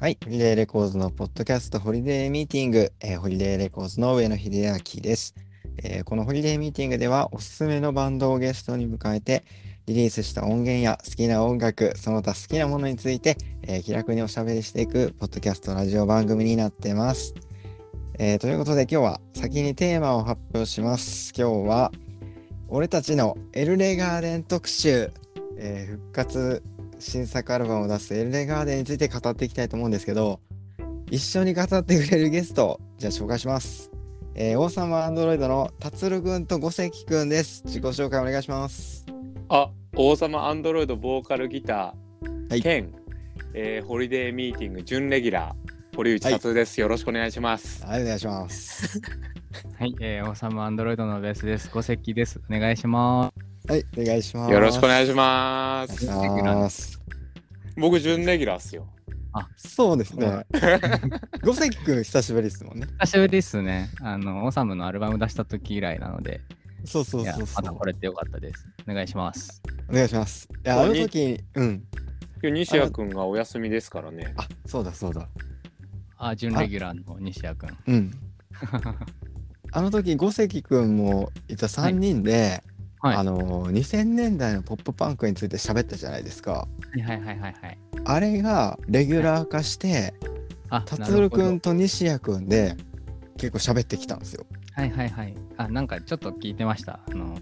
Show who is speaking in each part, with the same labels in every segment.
Speaker 1: はい。ホリデーレコーズのポッドキャストホリデーミーティング、えーホリデーレコーズの上野秀明です、えーこのホリデーミーティングではおすすめのバンドをゲストに迎えて、リリースした音源や好きな音楽、その他好きなものについて、えー気楽におしゃべりしていくポッドキャストラジオ番組になってます。えーということで今日は先にテーマを発表します。今日は俺たちのエルレガーデン特集、えー復活新作アルバムを出すエルレガーデンについて語っていきたいと思うんですけど一緒に語ってくれるゲストをじゃあ紹介します、えー王様アンドロイドの達郎くんと五関くんです自己紹介お願いします
Speaker 2: あ、王様アンドロイドボーカルギター、
Speaker 1: はい
Speaker 2: 兼、えーホリデーミーティング準レギュラー堀内達です、よろしくお願いします。
Speaker 1: はいお願いします
Speaker 3: はい、えー、王様アンドロイドのベースです。五席です。お願いしま
Speaker 1: はいお願いします
Speaker 2: よろしくお
Speaker 1: い
Speaker 2: 願いしま
Speaker 1: し
Speaker 2: す。
Speaker 1: ます
Speaker 2: 僕準レギュラーっすよ。
Speaker 1: そうですね 五関くん久しぶりですもんね
Speaker 3: す。久しぶりですね。あの、オサムのアルバム出した時以来なので、
Speaker 1: そうそう
Speaker 3: いや
Speaker 1: そう、そ
Speaker 3: ま
Speaker 1: う、
Speaker 3: たこれてよかったです。お願いします。
Speaker 1: お願いしますいや
Speaker 2: こ
Speaker 1: あ
Speaker 2: こ
Speaker 1: の
Speaker 2: に
Speaker 1: 時うん
Speaker 2: 今日西谷くんがお休みですからね。
Speaker 1: あそうだそうだ
Speaker 3: あ、準レギュラーの西谷くん。
Speaker 1: うんあの時五関くんもいた3人で、
Speaker 3: はい、
Speaker 1: あ
Speaker 3: は
Speaker 1: のー2000年代のポップパンクについて喋ったじゃないですか
Speaker 3: いはいはいはいはい。
Speaker 1: あれがレギュラー化して
Speaker 3: あ、
Speaker 1: 達
Speaker 3: なる
Speaker 1: 郎
Speaker 3: ほど
Speaker 1: くんと西谷くんで結構喋ってきたんですよ。
Speaker 3: はいはいはい。あ、なんかちょっと聞いてました。あの、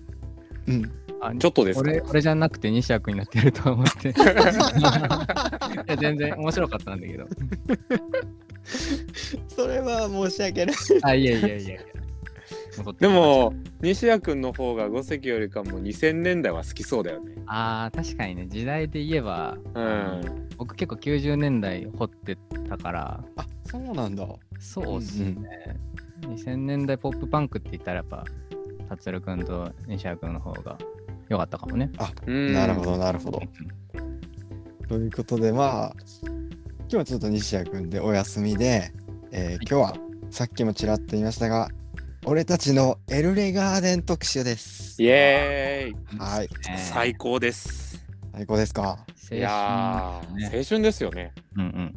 Speaker 1: うん、
Speaker 3: あ
Speaker 2: ちょっとですか
Speaker 3: 俺俺じゃなくて西谷くんになってると 思って。いや全然面白かったんだけど。
Speaker 1: それは申し訳ない。
Speaker 3: あ、いやいやいやいや。戻ってきました
Speaker 2: で、も、西谷くんの方が五席よりかも2000年代は好きそうだよね。
Speaker 3: あー確かにね時代で言えば、
Speaker 2: う
Speaker 3: あの
Speaker 2: ん。
Speaker 3: 僕結構90年代掘ってたから
Speaker 1: あそうなんだ。
Speaker 3: そうっすね、2000年代ポップパンクって言ったらやっぱ達郎くんと西原くんの方が良かったかもね
Speaker 2: うん
Speaker 1: なるほどなるほど。ということでまあ今日はちょっと西谷くんでお休みで、えー今日はさっきもちらっと言いましたが俺たちのエルレガーデン特集です。
Speaker 2: イエーイ、
Speaker 1: はい
Speaker 3: ね
Speaker 2: 最高です。
Speaker 1: 最高ですか。
Speaker 2: いや
Speaker 3: 青春です
Speaker 2: ー、
Speaker 3: ね
Speaker 2: 青春ですよね。
Speaker 3: うん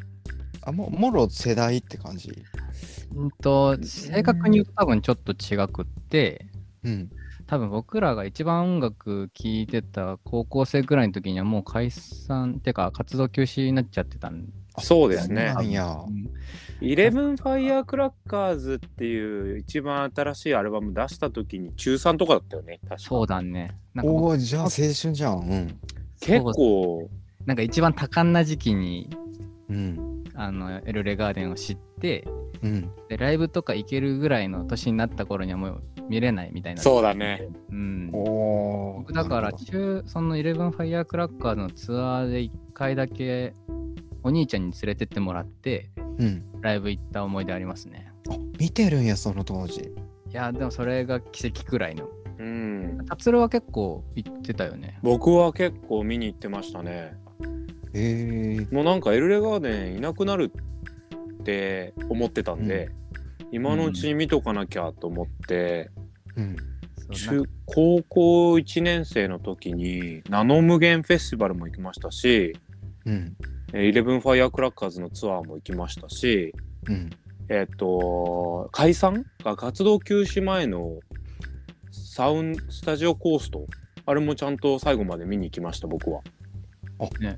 Speaker 1: あももろ世代って感じ。
Speaker 3: うんうんと正確に言うと多分ちょっと違くって
Speaker 1: うん。
Speaker 3: 多分僕らが一番音楽聴いてた高校生くらいの時にはもう解散ってか活動休止になっちゃってたん
Speaker 2: そうですね。
Speaker 1: なんや。
Speaker 2: イレブンファイヤークラッカーズっていう一番新しいアルバム出した時に中3とかだったよね確か
Speaker 3: そうだねなんか
Speaker 1: お
Speaker 3: 僕
Speaker 1: おーじゃあ青春じゃん。うん。
Speaker 2: 結
Speaker 3: そう
Speaker 2: 構
Speaker 3: なんか一番多感な時期に
Speaker 1: うん。
Speaker 3: あのエルレガーデンを知って
Speaker 1: うん。
Speaker 3: でライブとか行けるぐらいの年になった頃にはもう見れないみたいな
Speaker 2: そうだね、
Speaker 3: うん、
Speaker 1: お
Speaker 3: 僕だから中その11ファイヤークラッカーズのツアーで1回だけお兄ちゃんに連れてってもらって
Speaker 1: うん。
Speaker 3: ライブ行った思い出ありますね
Speaker 1: あ見てるんや、その当時。
Speaker 3: いやでもそれが奇跡くらいの
Speaker 2: うん、
Speaker 3: 達郎は結構行ってたよね
Speaker 2: 僕は結構見に行ってましたね
Speaker 1: へえ。
Speaker 2: もうなんかエルレガーデンいなくなるって思ってたんで、今のうちに見とかなきゃと思って、
Speaker 1: うん。
Speaker 3: そうな
Speaker 2: 中
Speaker 3: んか
Speaker 2: 高校1年生の時にナノ無限フェスティバルも行きましたし
Speaker 1: うん。
Speaker 2: イレブンファイヤークラッカーズのツアーも行きましたし
Speaker 1: うん。
Speaker 2: えっと解散が活動休止前のサウンスタジオコーストあれもちゃんと最後まで見に行きました僕は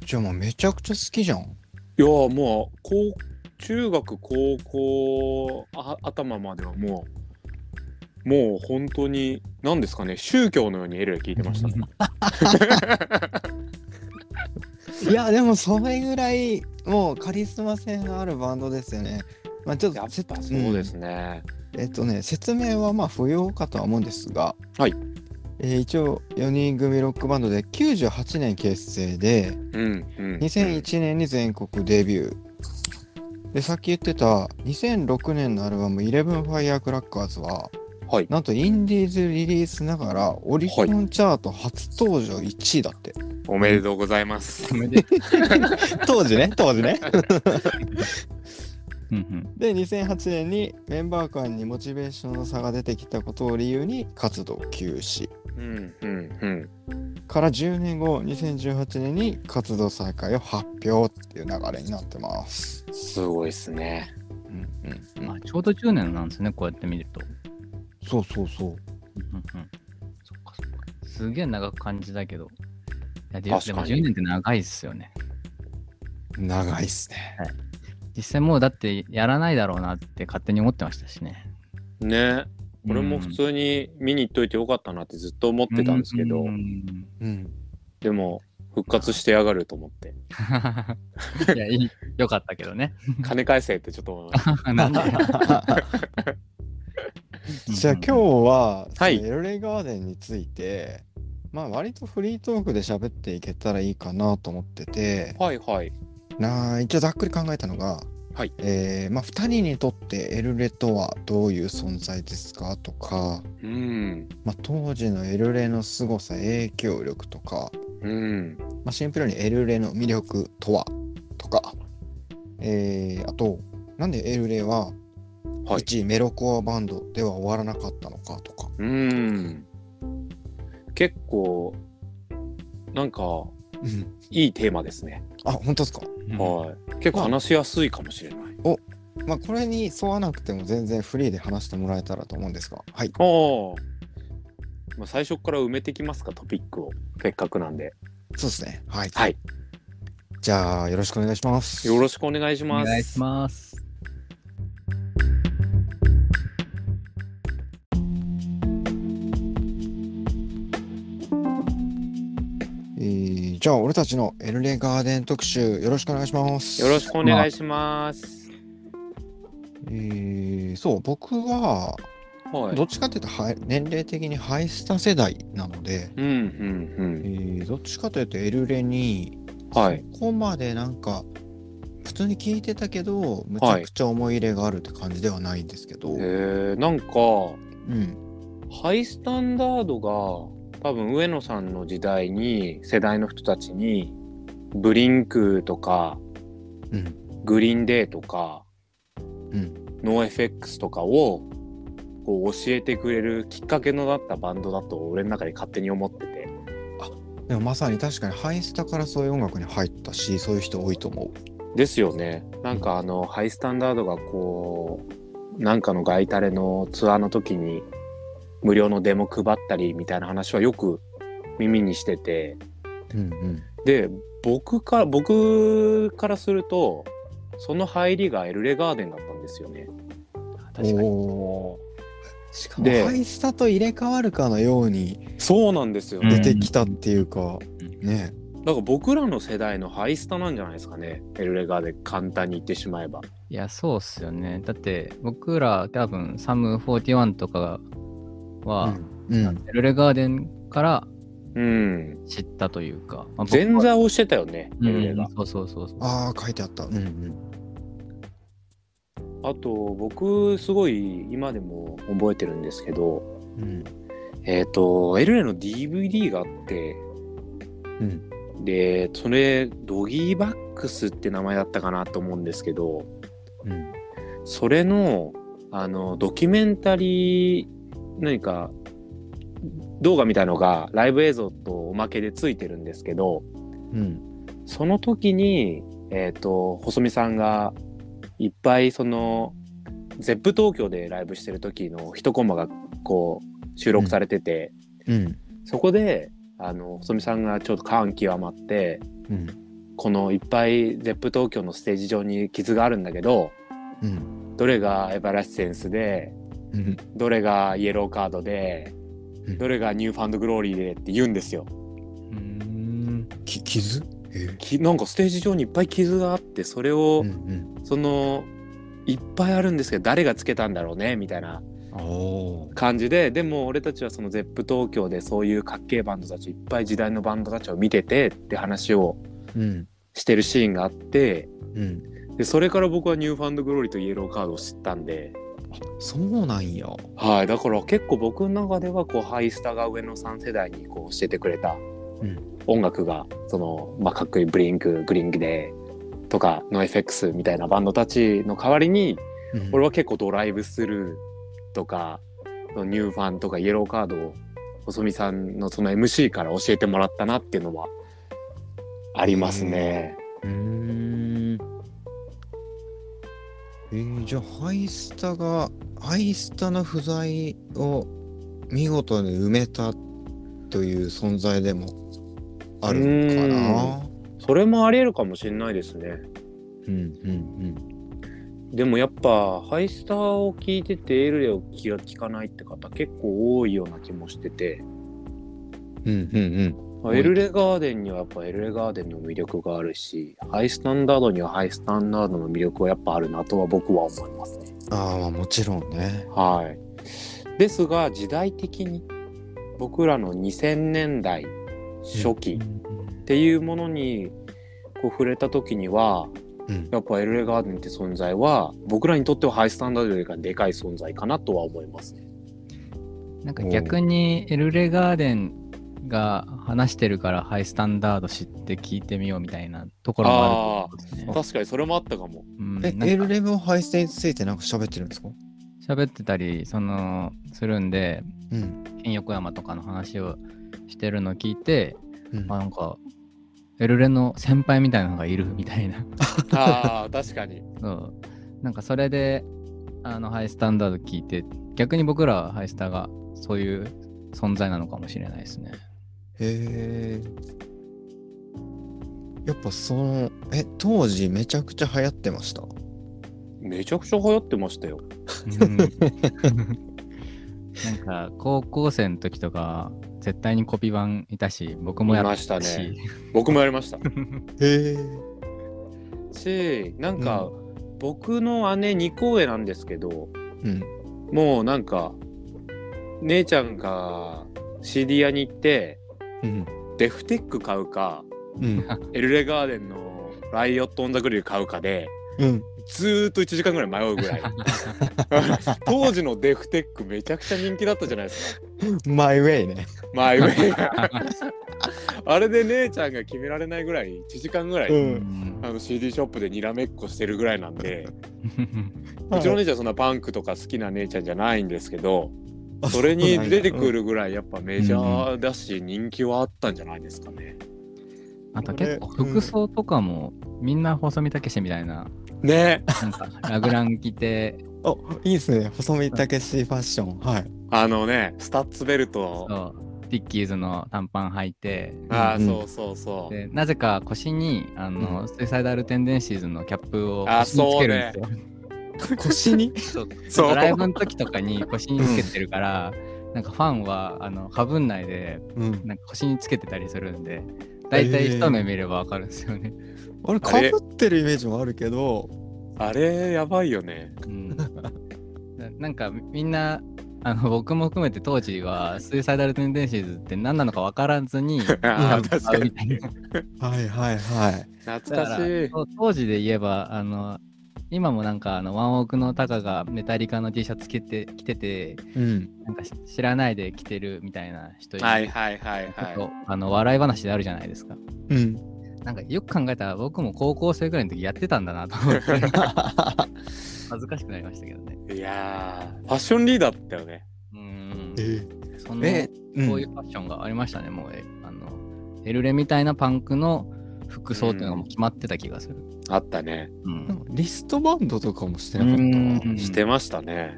Speaker 1: じゃあもうめちゃくちゃ好きじゃん。
Speaker 2: いやーもう高中学高校あ頭まではもうもう本当に何ですかね宗教のようにエルレ聞いてましたね
Speaker 1: いや、でもそれぐらい、もうカリスマ性のあるバンドですよね。まあちょっ
Speaker 2: や
Speaker 1: と
Speaker 2: っ
Speaker 1: せ
Speaker 2: ぱそうですね、
Speaker 1: うんえっとね、説明はまあ不要かとは思うんですが、
Speaker 2: はい。
Speaker 1: えー一応4人組ロックバンドで98年結成で、
Speaker 2: うんうん
Speaker 1: 2001年に全国デビュー。で、さっき言ってた2006年のアルバム 11FIRECRACKERS は、
Speaker 2: はい
Speaker 1: なんとインディーズリリースながらオリコンチャート初登場1位だ って。
Speaker 2: おめでとうございます
Speaker 3: おめでとう
Speaker 1: 当時ね、当時ね。
Speaker 3: うん
Speaker 1: で2008年にメンバー間にモチベーションの差が出てきたことを理由に活動休止
Speaker 2: うんうんうん
Speaker 1: から10年後2018年に活動再開を発表っていう流れになってます。
Speaker 2: すごいっすね
Speaker 1: うんう
Speaker 3: うん ん。
Speaker 1: うん
Speaker 3: あ、ちょうど10年なんですね、こうやって見ると。
Speaker 1: そうそうそう。
Speaker 3: うんうんうん。そっかそっか。すげえ長く感じだけど。いやで
Speaker 2: 確
Speaker 3: で
Speaker 2: か
Speaker 3: も
Speaker 2: に
Speaker 3: 10年って長いっすよね。
Speaker 1: 長いっすね。
Speaker 3: 実際もうだってやらないだろうなって勝手に思ってましたしね。
Speaker 2: ね俺も普
Speaker 3: に
Speaker 2: 通に見に行っといてよかったなってずっと思ってたんですけど、
Speaker 1: うん。
Speaker 2: でも復活してやがると思って
Speaker 3: いや、いい、よかったけ どね。
Speaker 2: 金返せってちょっと思いました
Speaker 3: なんで
Speaker 1: じゃあ今日は、
Speaker 2: はい
Speaker 1: そのエルレイガーデンについて、まあ割とフリートークで喋っていけたらいいかなと思ってて、
Speaker 2: はいはい
Speaker 1: なあ一応ざっくり考えたのが、
Speaker 2: はい
Speaker 1: えーまあ、2人にとってエルレとはどういう存在ですかとか、
Speaker 2: うん
Speaker 1: まあ、当時のエルレの凄さ影響力とか、
Speaker 2: うん
Speaker 1: まあ、シンプルにエルレの魅力とはとか、えーあとなんでエルレは
Speaker 2: はい
Speaker 1: 一メロコアバンドでは終わらなかったのかとか。
Speaker 2: うん結構なんかいいテーマですね、
Speaker 1: あ本当ですか、
Speaker 2: はい結構話しやすいかもしれない、
Speaker 1: まあ、これに沿わなくても全然フリーで話してもらえたらと思うんですがはい
Speaker 2: ああ、まあ、最初から埋めてきますかトピックをせっかくなんで
Speaker 1: そうですねはい、
Speaker 2: はい
Speaker 1: じゃあよろしくお願いします
Speaker 2: よろしくお願いし
Speaker 3: お
Speaker 2: ます
Speaker 3: 願いします。
Speaker 1: えーじゃあ俺たちのエルレガーデン特集よろしくお願いします。
Speaker 2: よろしくお願いします、
Speaker 1: えーそう僕は
Speaker 2: はい
Speaker 1: どっちかっていうと、はい、年齢的にハイスタ世代なので、
Speaker 2: うんうん
Speaker 1: えーどっちかというとエルレに
Speaker 2: うんはい
Speaker 1: ここまでなんか普通に聞いてたけどむちゃくちゃ思い入れがあるって感じではないんですけど、
Speaker 2: へえなんか
Speaker 1: うん
Speaker 2: ハイスタンダードが多分上野さんの時代に世代の人たちにブリンクとか
Speaker 1: うん
Speaker 2: グリーンデーとか、
Speaker 1: うん
Speaker 2: ノー FX とかをこう教えてくれるきっかけのだったバンドだと俺の中で勝手に思ってて
Speaker 1: でもまさに確かにハイスタからそういう音楽に入ったしそういう人多いと思
Speaker 2: ですよねなんかあのハイスタンダードがこうなんかの外タレのツアーの時に無料のデモ配ったりみたいな話はよく耳にしてて
Speaker 1: う。うんうん
Speaker 2: で僕から僕からするとその入りがエルレガーデンだったんですよね。
Speaker 3: 確かに。
Speaker 1: おーしかも
Speaker 2: で
Speaker 1: ハイスタと入れ替わるかのように
Speaker 2: そうなんですよね、
Speaker 1: 出てきたっていうか、
Speaker 3: うん
Speaker 1: ね
Speaker 2: だから僕らの世代のハイスタなんじゃないですかねエルレガーで簡単に言ってしまえば
Speaker 3: いや、そうっすよね。だって、僕ら多分、サム41とかは、
Speaker 1: うん、
Speaker 3: エルレガーデンから
Speaker 2: うん
Speaker 3: 知ったというか、まあ僕は
Speaker 2: 前座をしてたよね
Speaker 3: う
Speaker 2: エ
Speaker 3: ん
Speaker 2: ルレが、
Speaker 3: そうそうそうそう。
Speaker 1: ああ書いてあった、うんうん、
Speaker 2: あと僕すごい今でも覚えてるんですけど
Speaker 1: うん
Speaker 2: えっ、とエルレの DVD があって
Speaker 1: うん
Speaker 2: でそれドギーバックスって名前だったかなと思うんですけど
Speaker 1: うん
Speaker 2: それのあのドキュメンタリー何か動画みたいのがライブ映像とおまけでついてるんですけど、
Speaker 1: うん
Speaker 2: その時に、えっと細見さんがいっぱいその ZEP 東京でライブしてる時の一コマがこう収録されてて、
Speaker 1: うん
Speaker 2: そこであの細見さんがちょっと感極まって
Speaker 1: うん
Speaker 2: このいっぱい ZEP 東京のステージ上に傷があるんだけど
Speaker 1: うん
Speaker 2: どれがエバラッセンスで
Speaker 1: うん
Speaker 2: どれがイエローカードで
Speaker 1: うん
Speaker 2: どれがニューファンドグローリーでって言うんですよ。
Speaker 3: うーん。
Speaker 1: き傷え
Speaker 2: きなんかステージ上にいっぱい傷があってそれを、
Speaker 1: うんうん
Speaker 2: そのいっぱいあるんですけど誰がつけたんだろうねみたいな
Speaker 1: あー
Speaker 2: 感じででも俺たちはその ZEP 東京でそういうかっけえバンドたちいっぱい時代のバンドたちを見ててって話を
Speaker 1: うん
Speaker 2: してるシーンがあって
Speaker 1: うん
Speaker 2: でそれから僕はニューファンドグローリーとイエローカードを知ったんで、
Speaker 1: そうなんや
Speaker 2: はい、だから結構僕の中ではこうハイスタが上の3世代にこう教えてくれた
Speaker 1: うん
Speaker 2: 音楽がその、まあ、かっこいいブリンクグリンクでとか NoFX みたいなバンドたちの代わりに
Speaker 1: うん
Speaker 2: 俺は結構ドライブスルーとかニューファンとかイエローカードを細見さんのその MC から教えてもらったなっていうのはありますね。
Speaker 1: うーん。えーじゃあ、ハイスタが、ハイスタの不在を見事に埋めたという存在でもあるのかな。
Speaker 2: それもありえるかもしれないですね。
Speaker 1: うんうん
Speaker 2: でもやっぱハイスターを聞いててエルレを聞か聞かないって方結構多いような気もしてて、
Speaker 1: うん。うんうんうん。
Speaker 2: まあ
Speaker 1: 多い
Speaker 2: エルレガーデンにはやっぱエルレガーデンの魅力があるしハイスタンダードにはハイスタンダードの魅力はやっぱあるなとは僕は思いますね。
Speaker 1: ああ、まあもちろんね。
Speaker 2: はい、ですが時代的に僕らの2000年代初期っていうものにこう触れた時には、
Speaker 1: うん
Speaker 2: やっぱエルレガーデンって存在は僕らにとってはハイスタンダードよりかでかい存在かなとは思いますね。
Speaker 3: なんか逆にエルレガーデンが話してるからハイスタンダード知って聞いてみようみたいなところもあると思うんですね。
Speaker 2: 確かにそれもあったかも。
Speaker 3: うん
Speaker 1: え、
Speaker 3: なん
Speaker 1: エ
Speaker 3: か
Speaker 1: ルレムをハイスタについてなんか喋ってるんですか
Speaker 3: 喋ってたりそのするんで
Speaker 1: うん。
Speaker 3: 金横山とかの話をしてるのを聞いて、
Speaker 1: うん
Speaker 3: あなんかエルレの先輩みたいなのがいるみたいな
Speaker 2: ああ確かに。
Speaker 3: そうなんかそれであのハイスタンダード聞いて逆に僕らはハイスターがそういう存在なのかもしれないですね。
Speaker 1: へえ。やっぱその、え、当時めちゃくちゃ流行ってました。
Speaker 2: めちゃくちゃ流行ってましたよ。
Speaker 3: うん なんか高校生の時とか絶対にコピー版いたし僕もやって
Speaker 2: いましたね
Speaker 3: し
Speaker 2: 僕もやりました。
Speaker 1: へえ。
Speaker 2: しなんか、僕の姉二個上なんですけど
Speaker 1: うん。
Speaker 2: もうなんか姉ちゃんが CD 屋に行って
Speaker 1: うん。
Speaker 2: デフテック買うか
Speaker 1: うん。
Speaker 2: エルレガーデンのライオット・オン・ザ・グリル買うかで
Speaker 1: うん。
Speaker 2: ずーっと1時間ぐらい迷うぐ らい当時のデフテックめちゃくちゃ人気だったじゃないですか
Speaker 1: マイウェイね。
Speaker 2: まあ あれで姉ちゃんが決められないぐらい1時間ぐらい、
Speaker 1: うん
Speaker 3: うん
Speaker 2: あの CD ショップでにらめっこしてるぐらいなんで、
Speaker 1: はいう
Speaker 2: ちの姉ちゃんそんなパンクとか好きな姉ちゃんじゃないんですけど
Speaker 1: あ
Speaker 2: それに
Speaker 1: うなんだ
Speaker 2: 出てくるぐらいやっぱメジャーだし人気はあったんじゃないですかね。
Speaker 3: あと結構服装とかも、みんな細見武士みたいな
Speaker 2: ね
Speaker 3: なんかラグラン着て
Speaker 1: うんあ、いいですね。細見武士ファッション。はい。
Speaker 2: あのねスタッツベル
Speaker 3: そ
Speaker 2: ト
Speaker 3: うティッキーズの短パン履いて
Speaker 2: ああ、
Speaker 1: うん
Speaker 2: そうそうそう。
Speaker 3: でなぜか腰にあの、スイサイダルテンデンシーズのキャップを
Speaker 2: あ
Speaker 3: 腰につけるんですよ。
Speaker 1: 腰に
Speaker 3: そう
Speaker 2: そう
Speaker 3: ライブの時とかに腰につけてるから、なんかファンはあのかぶんないで
Speaker 1: うん。
Speaker 3: なんか腰につけてたりするんで、だいたい一目見ればわかるんですよね。
Speaker 1: 俺、かぶってるイメージもあるけど、
Speaker 2: あれやばいよね。
Speaker 3: うん、な なんかみんなあの僕も含めて当時はスイサイダルテンデンシーズって何なのかわからずに
Speaker 2: あ
Speaker 3: 買
Speaker 2: ー確か
Speaker 3: うみ
Speaker 2: に
Speaker 3: たいな
Speaker 1: はいはいはい。
Speaker 2: 懐
Speaker 3: だ
Speaker 2: か
Speaker 3: か
Speaker 2: し
Speaker 3: ら
Speaker 2: い。
Speaker 3: そう当時で言えばあの今もなんかあのワンオークのタカがメタリカの T シャツ着て着てて
Speaker 1: うん。
Speaker 3: なんかし知らないで着てるみたいな人いる
Speaker 2: はいはいはい
Speaker 3: ちょっ
Speaker 2: は
Speaker 3: とあの笑い話であるじゃないですか。
Speaker 1: うん。
Speaker 3: なんかよく考えたら僕も高校生ぐらいの時やってたんだなと思って恥ずかしくなりましたけどね。
Speaker 2: い。いやーファッションリーダーだったよね。
Speaker 3: うん
Speaker 1: え
Speaker 3: そ
Speaker 1: ー、
Speaker 3: の
Speaker 1: えうん
Speaker 3: こういうファッションがありましたね、もうえあのエルレみたいなパンクの服装っていうのがもう決まってた気がする。
Speaker 2: あったね。
Speaker 3: うん
Speaker 1: なん かリストバンドとかもしてなかったな。
Speaker 3: うん。
Speaker 2: してましたね。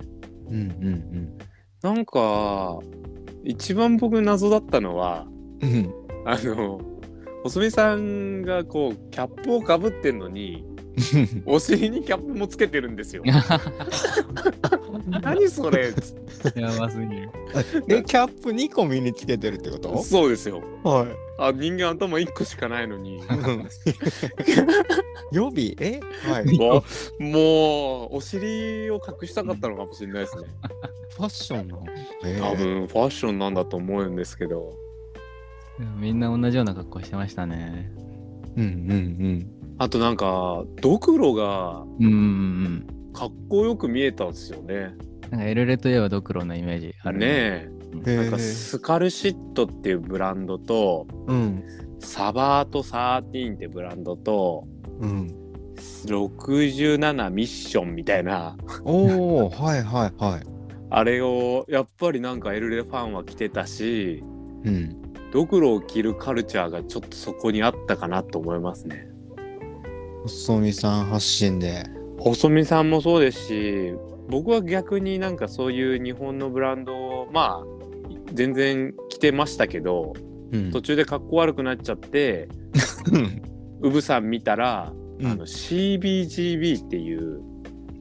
Speaker 1: うんうん
Speaker 2: なんか一番僕謎だったのは
Speaker 1: うん。うん。
Speaker 2: あの細見さんがこうキャップをかぶってんのにお尻にキャップもつけてるんですよ
Speaker 3: や
Speaker 2: 何それ
Speaker 3: ばすぎる。
Speaker 1: え、キャップ2個身につけてるって こと
Speaker 2: そうですよ。
Speaker 1: はい。
Speaker 2: あ人間頭1個しかないの
Speaker 1: う
Speaker 2: に
Speaker 1: ん予備えはい。
Speaker 2: もうもうお尻を隠したかったのかもしれないですね。
Speaker 1: ファッションの。え
Speaker 2: 多分ファッションなんだと思うんですけど
Speaker 3: でもみんな同じような格好してましたね。
Speaker 1: うんうん
Speaker 2: あとなんかドクロが
Speaker 3: うんうん
Speaker 2: かっこよく見えたんですよね。
Speaker 3: うん。なんかエルレといえばドクロのイメージある
Speaker 2: ねえ。
Speaker 1: うん。へ
Speaker 2: なんか
Speaker 1: ー
Speaker 2: スカルシットっていうブランドと
Speaker 1: うん。
Speaker 2: サバートサーティーンってブランドと
Speaker 1: うん。
Speaker 2: 67ミッションみたいな
Speaker 1: おお、はいはいは
Speaker 2: あれをやっぱりなんかエルレファンは着てたし
Speaker 1: い。うん。
Speaker 2: ドクロを着るカルチャーがちょっとそこにあったかなと思いますね。
Speaker 1: 細見さん発信で。
Speaker 2: 細見さんもそうですし僕は逆になんかそういう日本のブランドをまあ全然着てましたけど
Speaker 1: うん
Speaker 2: 途中で格好悪くなっちゃって
Speaker 1: うん
Speaker 2: ウブさん見たら、
Speaker 1: うん
Speaker 2: あの CBGB っていう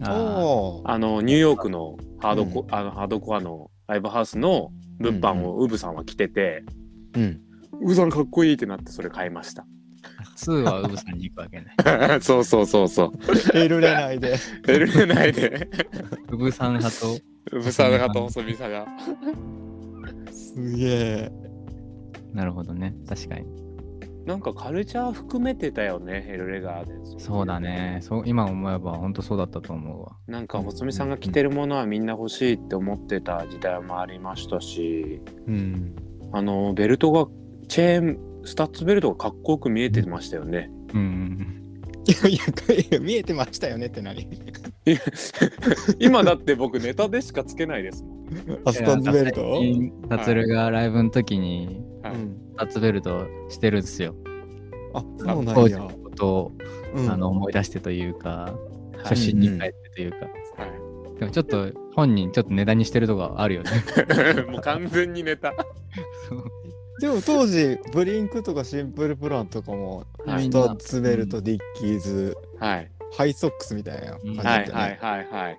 Speaker 3: あ
Speaker 1: おー
Speaker 2: あのニューヨークのハードコ、あのハードコアのライブハウスの物販をウブさんは着てて、
Speaker 1: うん。
Speaker 2: ウブさんかっこいいってなってそれ買いました。
Speaker 3: あ、2はウブさんに行くわ けね。
Speaker 2: そうそうそうそう。
Speaker 1: エルレ内で。
Speaker 2: エルレ内で
Speaker 3: ウブさん派と、
Speaker 2: ウブさんがと細見さんが。
Speaker 1: すげえ。
Speaker 3: なるほどね。確かに。
Speaker 2: なんかカルチャー含めてたよねエルレガーデン。
Speaker 3: そうだ。ね。そう今思えば本当そうだったと思うわ。
Speaker 2: なんか細見さんが着てるものはみんな欲しいって思ってた時代もありましたし、
Speaker 1: うん。
Speaker 2: あのベルトがチェーンスタッツベルトがかっこよく見えてましたよ ね。
Speaker 3: うん
Speaker 1: いやいやいや、見えてましたよねって何
Speaker 2: 今だって僕ネタでしかつけないですもん。
Speaker 1: ア
Speaker 3: うん。
Speaker 1: スタンズベルト
Speaker 3: 最近タツルがライブの時に、
Speaker 2: はい
Speaker 1: うん
Speaker 3: タツベルトしてるんですよ。
Speaker 1: あ、そうなん
Speaker 3: 当時
Speaker 1: や
Speaker 3: の。ことを、
Speaker 1: うん
Speaker 3: あの思い出してというか、
Speaker 2: い
Speaker 3: 初心に帰ってというか。でもちょっと本人ちょっと値段にしてるとこあるよね。
Speaker 2: はい、もう完全にネタ。
Speaker 3: そう
Speaker 1: でも当時、ブリンクとかシンプルプランとかも、
Speaker 2: はい
Speaker 1: スタッツベルト、ディッキーズ、
Speaker 2: はい。
Speaker 1: ハイソックスみたいな感じ
Speaker 2: は
Speaker 1: だっ
Speaker 2: い
Speaker 1: た
Speaker 2: は
Speaker 1: よ
Speaker 2: いはいはい。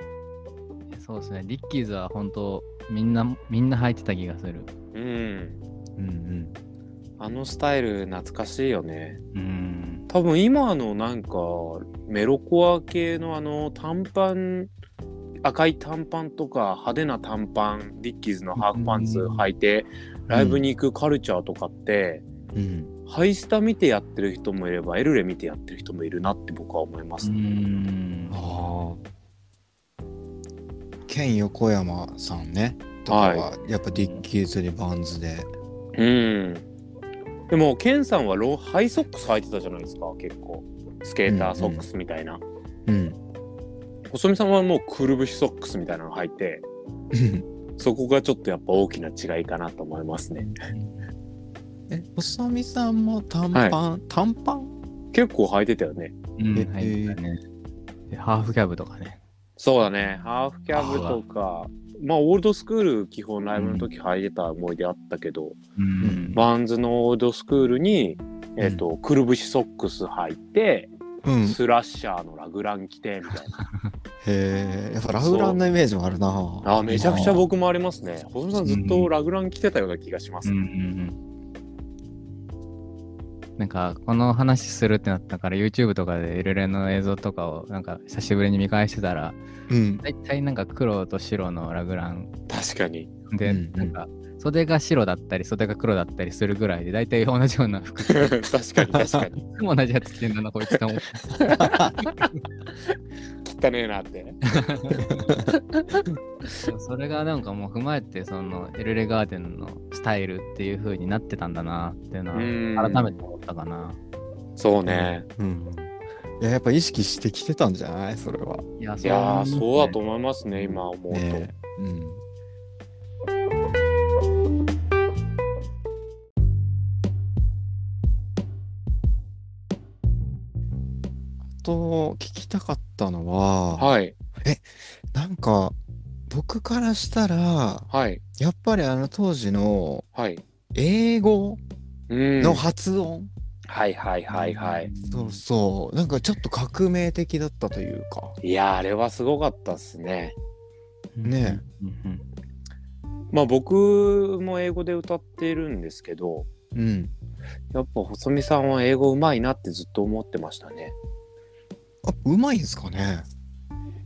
Speaker 3: そうですね。リッキーズは本当みんなみんな履いてた気がする。
Speaker 2: うん。
Speaker 1: ね。
Speaker 2: あのスタイル懐かしいよね。
Speaker 3: うん。
Speaker 2: 多分今のなんかメロコア系のあの短パン赤い短パンとか派手な短パンディッキーズのハーフパンツ履いてライブに行くカルチャーとかって、
Speaker 1: うんうん。
Speaker 2: ハイスタ見てやってる人もいればエルレ見てやってる人もいるなって僕は思いま
Speaker 3: う
Speaker 2: す、
Speaker 3: ん。
Speaker 1: ああ。ケン横山さんね。とか
Speaker 2: はい
Speaker 1: は、やっぱディッキーズにバンズで。
Speaker 2: うんでもケンさんはローハイソックス履いてたじゃないですか結構スケーターソックスみたいな、
Speaker 1: うん。
Speaker 2: 細見さんはもうくるぶしソックスみたいなの履いてそこがちょっとやっぱ大きな違いかなと思いますね
Speaker 1: え、細見さんも短パン、短パン
Speaker 2: 結構履いてたよね
Speaker 3: うん、
Speaker 1: え
Speaker 3: 履いてたね。でハーフキャブとかね。
Speaker 2: そうだねハーフキャブとかまあオールドスクール基本ライブの時履いてた思い出あったけど、
Speaker 3: うん。
Speaker 2: バンズのオールドスクールに、えっとくるぶしソックス履いて、
Speaker 1: うん。へ
Speaker 2: スラッシャーのラグラン着てみたいな。
Speaker 1: え。やっぱラウランのイメージもあるな。
Speaker 2: あめちゃくちゃ僕もあります ね。細野さんずっとラグラン着てたような気がしま
Speaker 3: う
Speaker 2: す。
Speaker 3: んうんうんなんかこの話するってなったから YouTube とかでエルレの映像とかをなんか久しぶりに見返してたら
Speaker 1: うん。
Speaker 3: 大体なんか黒と白のラグラン
Speaker 2: 確かに。
Speaker 3: で、
Speaker 1: うんうん
Speaker 3: なんか袖が白だったり袖が黒だったりするぐらいで大体同じような服い
Speaker 2: 確かに確か に。
Speaker 3: つも同じやつ着てんだなこいつ と思って
Speaker 2: 汚ねえなって。
Speaker 3: それがなんかもう踏まえてそのエルレガーデンのスタイルっていう風になってたんだなっていうのは
Speaker 2: うん
Speaker 3: 改めて思ったかな、
Speaker 2: そうね。
Speaker 1: うん。いや、やっぱ意識してきてたんじゃないそれは。
Speaker 3: いや
Speaker 2: いやーそうだと
Speaker 3: う
Speaker 2: 思いますね、今思うと。
Speaker 1: ねえ。うん。あと聞きたかったのは、
Speaker 2: はい
Speaker 1: なんか僕からしたら
Speaker 2: はい
Speaker 1: やっぱりあの当時の
Speaker 2: はい。
Speaker 1: 英語
Speaker 2: うん
Speaker 1: の発音、
Speaker 2: はいはいはいはい。
Speaker 1: そうそうなんかちょっと革命的だったというか
Speaker 2: いやーあれはすごかったっすね。
Speaker 1: ね
Speaker 3: うん
Speaker 2: まあ僕も英語で歌ってるんですけど、
Speaker 1: うん
Speaker 2: やっぱ細見さんは英語うまいなってずっと思ってましたね。
Speaker 1: あうまいんすかね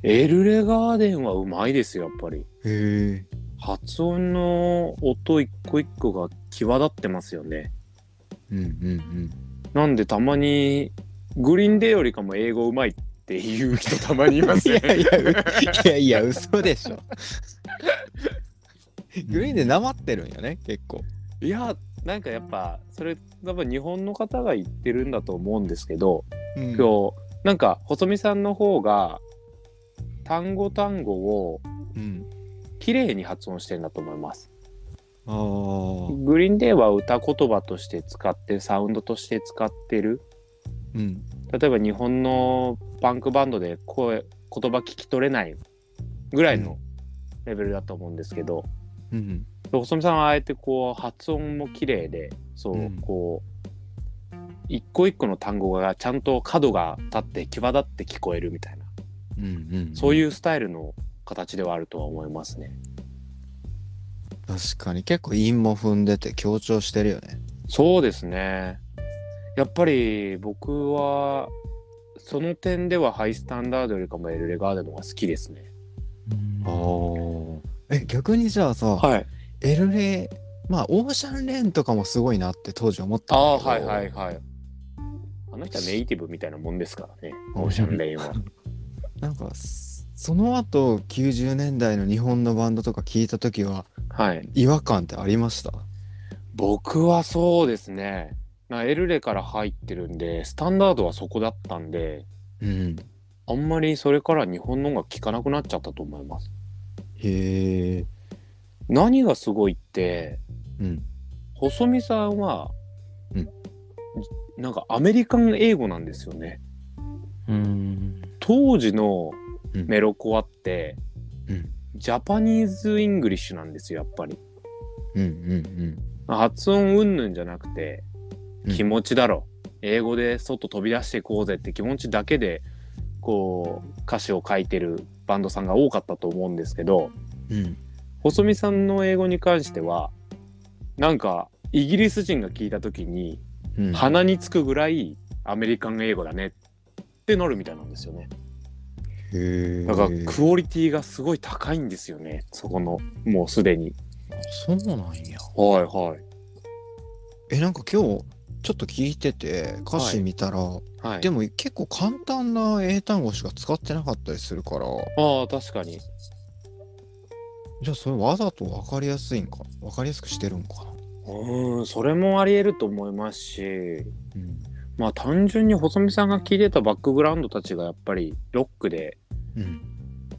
Speaker 2: エルレガーデンはうまいですよ、やっぱり。
Speaker 1: へえ
Speaker 2: 発音の音一個一個が際立ってますよね。
Speaker 1: うんうん
Speaker 2: なんでたまにグリーンデーよりかも英語うまいっていう人たまにいます
Speaker 1: い
Speaker 2: よ
Speaker 1: や
Speaker 2: ね
Speaker 1: い。やういやいや嘘でしょグリーンでなまってるんよね結構
Speaker 2: いや、なんかやっぱそれ多分日本の方が言ってるんだと思うんですけど、
Speaker 1: うん
Speaker 2: 今日なんか細見さんの方が単語単語を
Speaker 1: うん。
Speaker 2: 綺麗に発音してるんだと思います。
Speaker 1: ああ。
Speaker 2: グリーンデーは歌言葉として使ってサウンドとして使ってる
Speaker 1: うん。
Speaker 2: 例えば日本のパンクバンドで声言葉聞き取れないぐらいのレベルだと思うんですけど、
Speaker 1: うん。
Speaker 2: 細見さんはあえてこう発音も綺麗でそう、
Speaker 1: うん
Speaker 2: こう一個一個の単語がちゃんと角が立って際立って聞こえるみたいな、
Speaker 1: うん。うん。
Speaker 2: そう
Speaker 1: う。
Speaker 2: いうスタイルの形ではあるとは思いますね。
Speaker 1: 確かに結構韻も踏んでて強調してるよね。
Speaker 2: そうですねやっぱり僕はその点ではハイスタンダードよりかもエルレガーデンの方が好きですね。
Speaker 1: ああ。え、逆にじゃあさ、
Speaker 2: はい、
Speaker 1: エルレまあ、オーシャンレーンとかもすごいなって当時思った
Speaker 2: ああ
Speaker 1: んだけど。
Speaker 2: はいはいはい。あの人はネイティブみたいなもんですからね、オーシャンレインは。
Speaker 1: なんか、すその後、90年代の日本のバンドとか聞いた時は、
Speaker 2: はい。
Speaker 1: 違和感ってありました
Speaker 2: 僕はそうですね。なエルレから入ってるんで、スタンダードはそこだったんで、
Speaker 1: うん。
Speaker 2: あんまりそれから日本のが聞かなくなっちゃったと思います。
Speaker 1: へえ。
Speaker 2: 何がすごいって、
Speaker 1: うん。
Speaker 2: 細見さんは、
Speaker 1: うん
Speaker 2: なんかアメリカン英語なんですよね。
Speaker 3: うん。
Speaker 2: 当時の
Speaker 1: うん
Speaker 2: メロコアって、
Speaker 1: うん
Speaker 2: ジャパニーズ・イングリッシュなんですよ、やっぱり。
Speaker 1: うんうん
Speaker 2: 発音云々じゃなくて
Speaker 1: うん
Speaker 2: 気持ちだろ、英語で外飛び出していこうぜって気持ちだけでこう歌詞を書いてるバンドさんが多かったと思うんですけど
Speaker 1: うん。うん。
Speaker 2: 細見さんの英語に関してはなんかイギリス人が聞いた時に
Speaker 1: うん、
Speaker 2: 鼻につくぐらいアメリカン英語だねってなるみたいなんですよね。
Speaker 1: へえ。
Speaker 2: だからクオリティがすごい高いんですよねそこのもうすでに。
Speaker 1: そうなんや。
Speaker 2: はいはい。
Speaker 1: え、なんか今日、ちょっと聞いてて、歌詞見たら、
Speaker 2: はい、
Speaker 1: でも結構簡単な英単語しか使ってなかったりするから、
Speaker 2: ああ確かに
Speaker 1: じゃあそれわざと分かりやすいんか、分かりやすくしてるんかな。
Speaker 2: うん、それもあり得ると思いますし、
Speaker 1: うん。
Speaker 2: まあ単純に細見さんが聞いてたバックグラウンドたちがやっぱりロックで
Speaker 1: うん。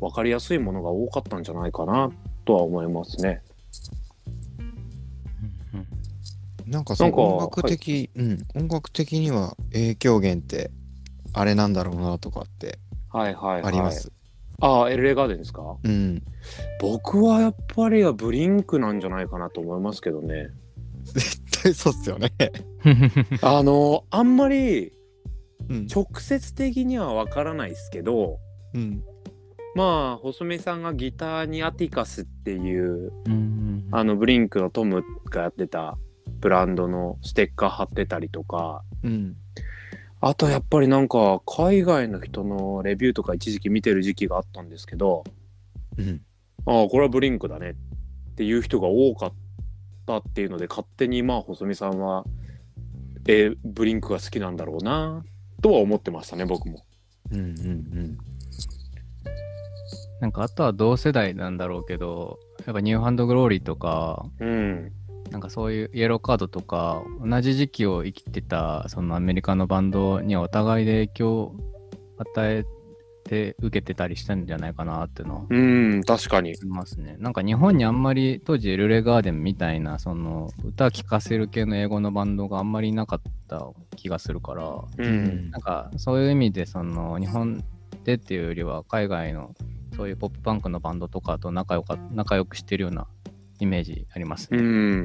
Speaker 2: 分かりやすいものが多かったんじゃないかなとは思いますね。
Speaker 1: なんかそ
Speaker 2: なんか
Speaker 1: の音楽的、うん、音楽的には影響源って、あれなんだろうなとかって
Speaker 2: はいはい、はい。
Speaker 1: ありま。す。
Speaker 2: ああ、LA ガーデンですか
Speaker 1: うん。
Speaker 2: 僕はやっぱりはブリンクなんじゃないかなと思いますけどね。
Speaker 1: 絶対そうっすよ ね。
Speaker 2: あの、あんまり
Speaker 1: うん。
Speaker 2: 直接的には分からないですけど、
Speaker 1: うん。
Speaker 2: まあ細見さんがギターにアティカスっていう
Speaker 3: うん
Speaker 2: あのブリンクのトムがやってたブランドのステッカー貼ってたりとか
Speaker 1: うん。
Speaker 2: あとやっぱりなんか海外の人のレビューとか一時期見てる時期があったんですけど
Speaker 1: うん。
Speaker 2: ああこれはブリンクだねっていう人が多かったっていうので勝手にまあ細見さんはえーブリンクが好きなんだろうなとは思ってましたね僕も。
Speaker 1: うん。うん。
Speaker 3: なんかあとは同世代なんだろうけど、やっぱニューハンドグローリーとか、
Speaker 2: うん、
Speaker 3: なんかそういうイエローカードとか、同じ時期を生きてたそのアメリカのバンドにはお互いで影響を与えて受けてたりしたんじゃないかなっていうのは
Speaker 2: うん、確かに。
Speaker 3: 思いますね。なんか日本にあんまり当時エルレガーデンみたいなその歌聴かせる系の英語のバンドがあんまりいなかった気がするから、
Speaker 2: う
Speaker 1: うんん
Speaker 3: なんかそういう意味でその日本でっていうよりは海外のそういうポップパンクのバンドとかと仲良か仲良くしてるようなイメージあります
Speaker 2: う
Speaker 3: ね。
Speaker 2: ん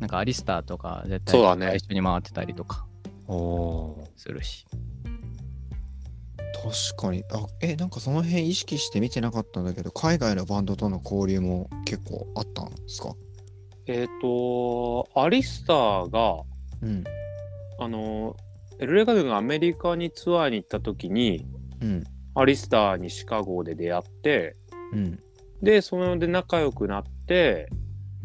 Speaker 3: なんかアリスターとか絶
Speaker 2: そうだ
Speaker 3: 対
Speaker 2: ね
Speaker 3: 一緒に回ってたりとか
Speaker 1: おー
Speaker 3: するし。
Speaker 1: 確かにあえなんかその辺意識して見てなかったんだけど海外のバンドとの交流も結構あったんですか
Speaker 2: えっ、とアリスターが
Speaker 1: うん
Speaker 2: あのエルレガデンがアメリカにツアーに行った時に
Speaker 1: うん
Speaker 2: アリスターにシカゴで出会って
Speaker 1: うん
Speaker 2: でそので仲良くなって、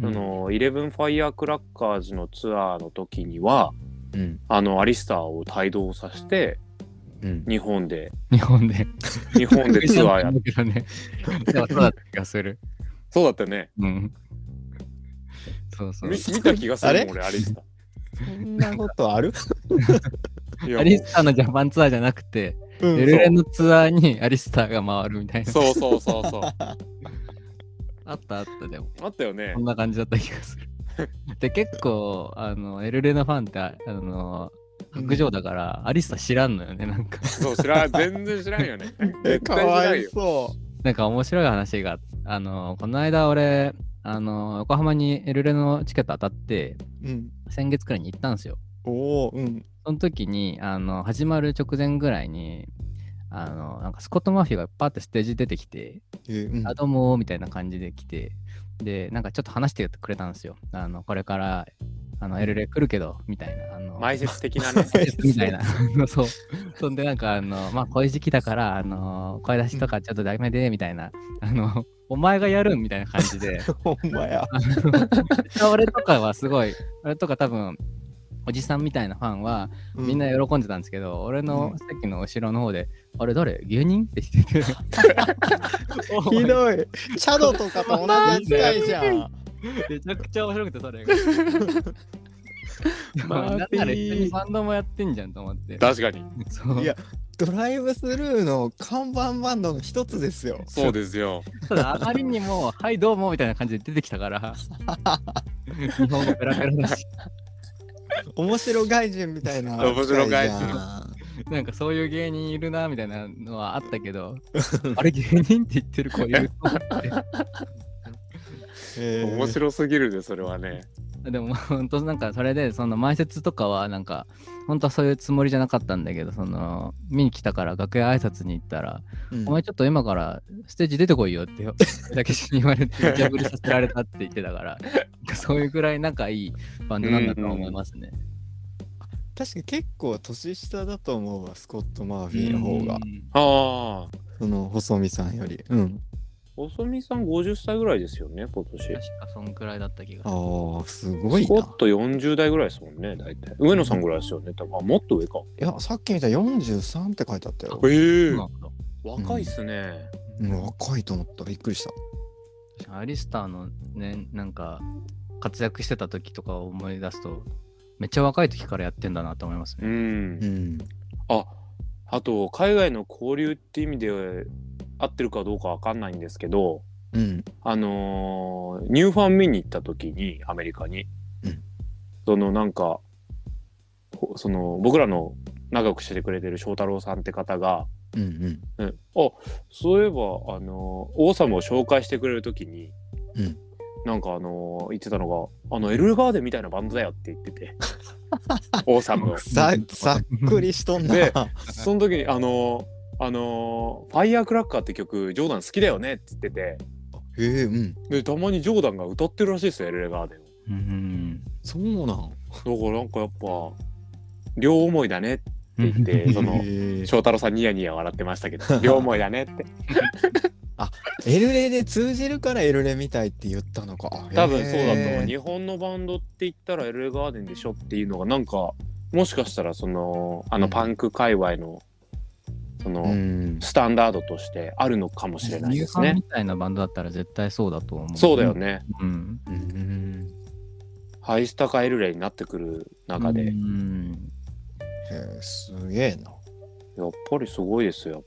Speaker 3: う
Speaker 2: あ
Speaker 3: ん
Speaker 2: のイレブンファイアークラッカーズのツアーの時には
Speaker 1: うん
Speaker 2: あのアリスターを帯同させて
Speaker 1: うん
Speaker 2: 日本で
Speaker 3: 日本で。
Speaker 2: 日本 でツアーやっ
Speaker 3: けどね。そうそうだった気がする。
Speaker 2: そうだったよね
Speaker 3: うん。そうそう
Speaker 2: み。見た気がする
Speaker 1: あれ
Speaker 2: もん俺アリスタ
Speaker 1: そんなことある
Speaker 2: ーいや
Speaker 3: アリスターのジャパンツアーじゃなくて、
Speaker 1: うん
Speaker 3: エルレのツアーにアリスターが回るみたいな。
Speaker 2: そうそうそうそう。
Speaker 3: あったあったでも。
Speaker 2: あったよね
Speaker 3: こん。な感じだった気がする。で、結構、あの、エルレのファンって、ああの、白状だから、アリスター知らんのよね、なんか。
Speaker 2: そう、知らん、全然知らん よね。
Speaker 1: え
Speaker 2: 絶対
Speaker 1: か
Speaker 2: 知ら
Speaker 1: わ
Speaker 2: ん
Speaker 1: い
Speaker 2: よ。
Speaker 1: そ
Speaker 3: なんか面白い話が、あの、この間俺、あの、横浜にエルレのチケット当たって、
Speaker 1: う。うん。
Speaker 3: 先月くらいに行ったんですよ。
Speaker 1: おお、うん。
Speaker 3: その時に、あの、始まる直前ぐらいに、あの、なんかスコット・マフィーがパーってステージ出てきて、
Speaker 1: えーうん
Speaker 3: あ、どうもーみたいな感じで来て、で、なんかちょっと話してくれたんですよ。あの、これから、あの、エルレ来るけど、みたいな。あの、
Speaker 2: 埋設的なね。
Speaker 3: みたいな。 そう。そんで、なんか、あの、まあ、こういう時期だから、あの、声出しとかちょっとダメで、みたいな。あの、お前がやるんみたいな感じで。
Speaker 1: ほんまや。
Speaker 3: あの俺とかはすごい、俺とか多分、おじさんみたいなファンはみんな
Speaker 1: う
Speaker 3: 喜んでたんですけど、俺の
Speaker 1: うん
Speaker 3: 席の後ろの方で、あれ誰芸人って言ってて。お
Speaker 1: ひ
Speaker 3: 前
Speaker 1: どい。チャドとかと同じ扱いじゃん。
Speaker 3: めちゃくちゃ面白くて、それが。でも
Speaker 2: マーフィー
Speaker 3: なんなら一緒にバンドもやってんじゃんと思って。
Speaker 2: 確かに。
Speaker 3: そう
Speaker 1: いやドライブスルーの看板バンドの一つですよ。
Speaker 2: そうですよ。
Speaker 3: ただあまりにも「はいどうも」みたいな感じで出てきたから日本語ペラペラだ し
Speaker 1: 面白外人みたいな。
Speaker 2: 面白外人
Speaker 3: なんかそういう芸人いるなみたいなのはあったけ どあれ芸人って言ってる子いると思っ
Speaker 1: えー
Speaker 2: 面白すぎるで、それはね。
Speaker 3: て でも本当なんかそれでその前説とかはなんか本当はそういうつもりじゃなかったんだけどその見に来たから楽屋挨拶に行ったら
Speaker 1: うん
Speaker 3: 「お前ちょっと今からステージ出てこいよ」ってだけしに言われて無茶ぶりさせられたって言ってたからそういうくらい仲いいバンドなんだと思いますね。
Speaker 1: 確かに結構年下だと思うわ、スコット・マーフィーの方が
Speaker 3: う。ん
Speaker 2: ああ。
Speaker 1: その細見さんより。うん。
Speaker 2: 細見さん50歳ぐらいですよね、今年。
Speaker 3: 確かそんくらいだった気がする。
Speaker 1: ああ、すごい
Speaker 2: スコ
Speaker 1: な
Speaker 2: ッ。ト40代ぐらいですもんね、大体。上野さんぐらいですよね、多分。あ、もっと上か。
Speaker 1: いや、さっき見た43って書いてあったよ。
Speaker 2: え
Speaker 3: そうなんだ
Speaker 2: 若いっすね。
Speaker 1: うん若いと思った。びっくりした。
Speaker 3: 確かにアリスターのね、なんか活躍してた時とかを思い出すと、めっちゃ若い時からやってんだなと思います
Speaker 2: う
Speaker 3: ね。
Speaker 2: ん
Speaker 1: う。ん。
Speaker 2: あ、あと、海外の交流って意味で合ってるかどうかわかんないんですけど、
Speaker 1: うん。
Speaker 2: あのーニューファン見に行った時に、アメリカに。
Speaker 1: うん
Speaker 2: その、なんか、ほその、僕らの仲良くしてくれてる翔太郎さんって方が、
Speaker 1: うんうん。
Speaker 2: うん、あそういえばあの王様を紹介してくれる時に、
Speaker 1: うん
Speaker 2: なんかあの言ってたのが「あのエルガーデンみたいなバンドだよ」って言っ てて王様の。
Speaker 1: ざざっくりしとんな。
Speaker 2: でその時に「あのあのファイヤークラッカー」って曲ジョーダン好きだよねって言ってて
Speaker 1: ええうん。
Speaker 2: でたまにジョーダンが歌ってるらしいですよエルガーデンを。
Speaker 3: うん。
Speaker 1: そうなん。
Speaker 2: だからなんかやっぱ両思いだねって言ってその
Speaker 1: へー
Speaker 2: 翔太郎さんニヤニヤ笑ってま したけど両思いだねって
Speaker 1: エルレで通じるからエルレみたいって言ったのか。
Speaker 2: 多分そうだと
Speaker 1: へ
Speaker 2: 思う
Speaker 1: ー
Speaker 2: 日本のバンドって言ったら LA ガーデンでしょっていうのがなんかもしかしたらそのあ
Speaker 1: う
Speaker 2: の
Speaker 1: ん
Speaker 2: パンク界隈のその、
Speaker 1: うん。
Speaker 2: スタンダードとしてあるのかもしれない
Speaker 3: ニュ
Speaker 2: で
Speaker 3: ー
Speaker 2: す
Speaker 3: ハン
Speaker 2: ね
Speaker 3: みたいなバンドだったら絶対そうだと思う。
Speaker 2: そうだよ。ね、
Speaker 3: うん。
Speaker 1: うん
Speaker 2: ハイスタか LA になってくる中で、
Speaker 3: うん。
Speaker 1: へえすげえな。
Speaker 2: やっぱりすごいですよ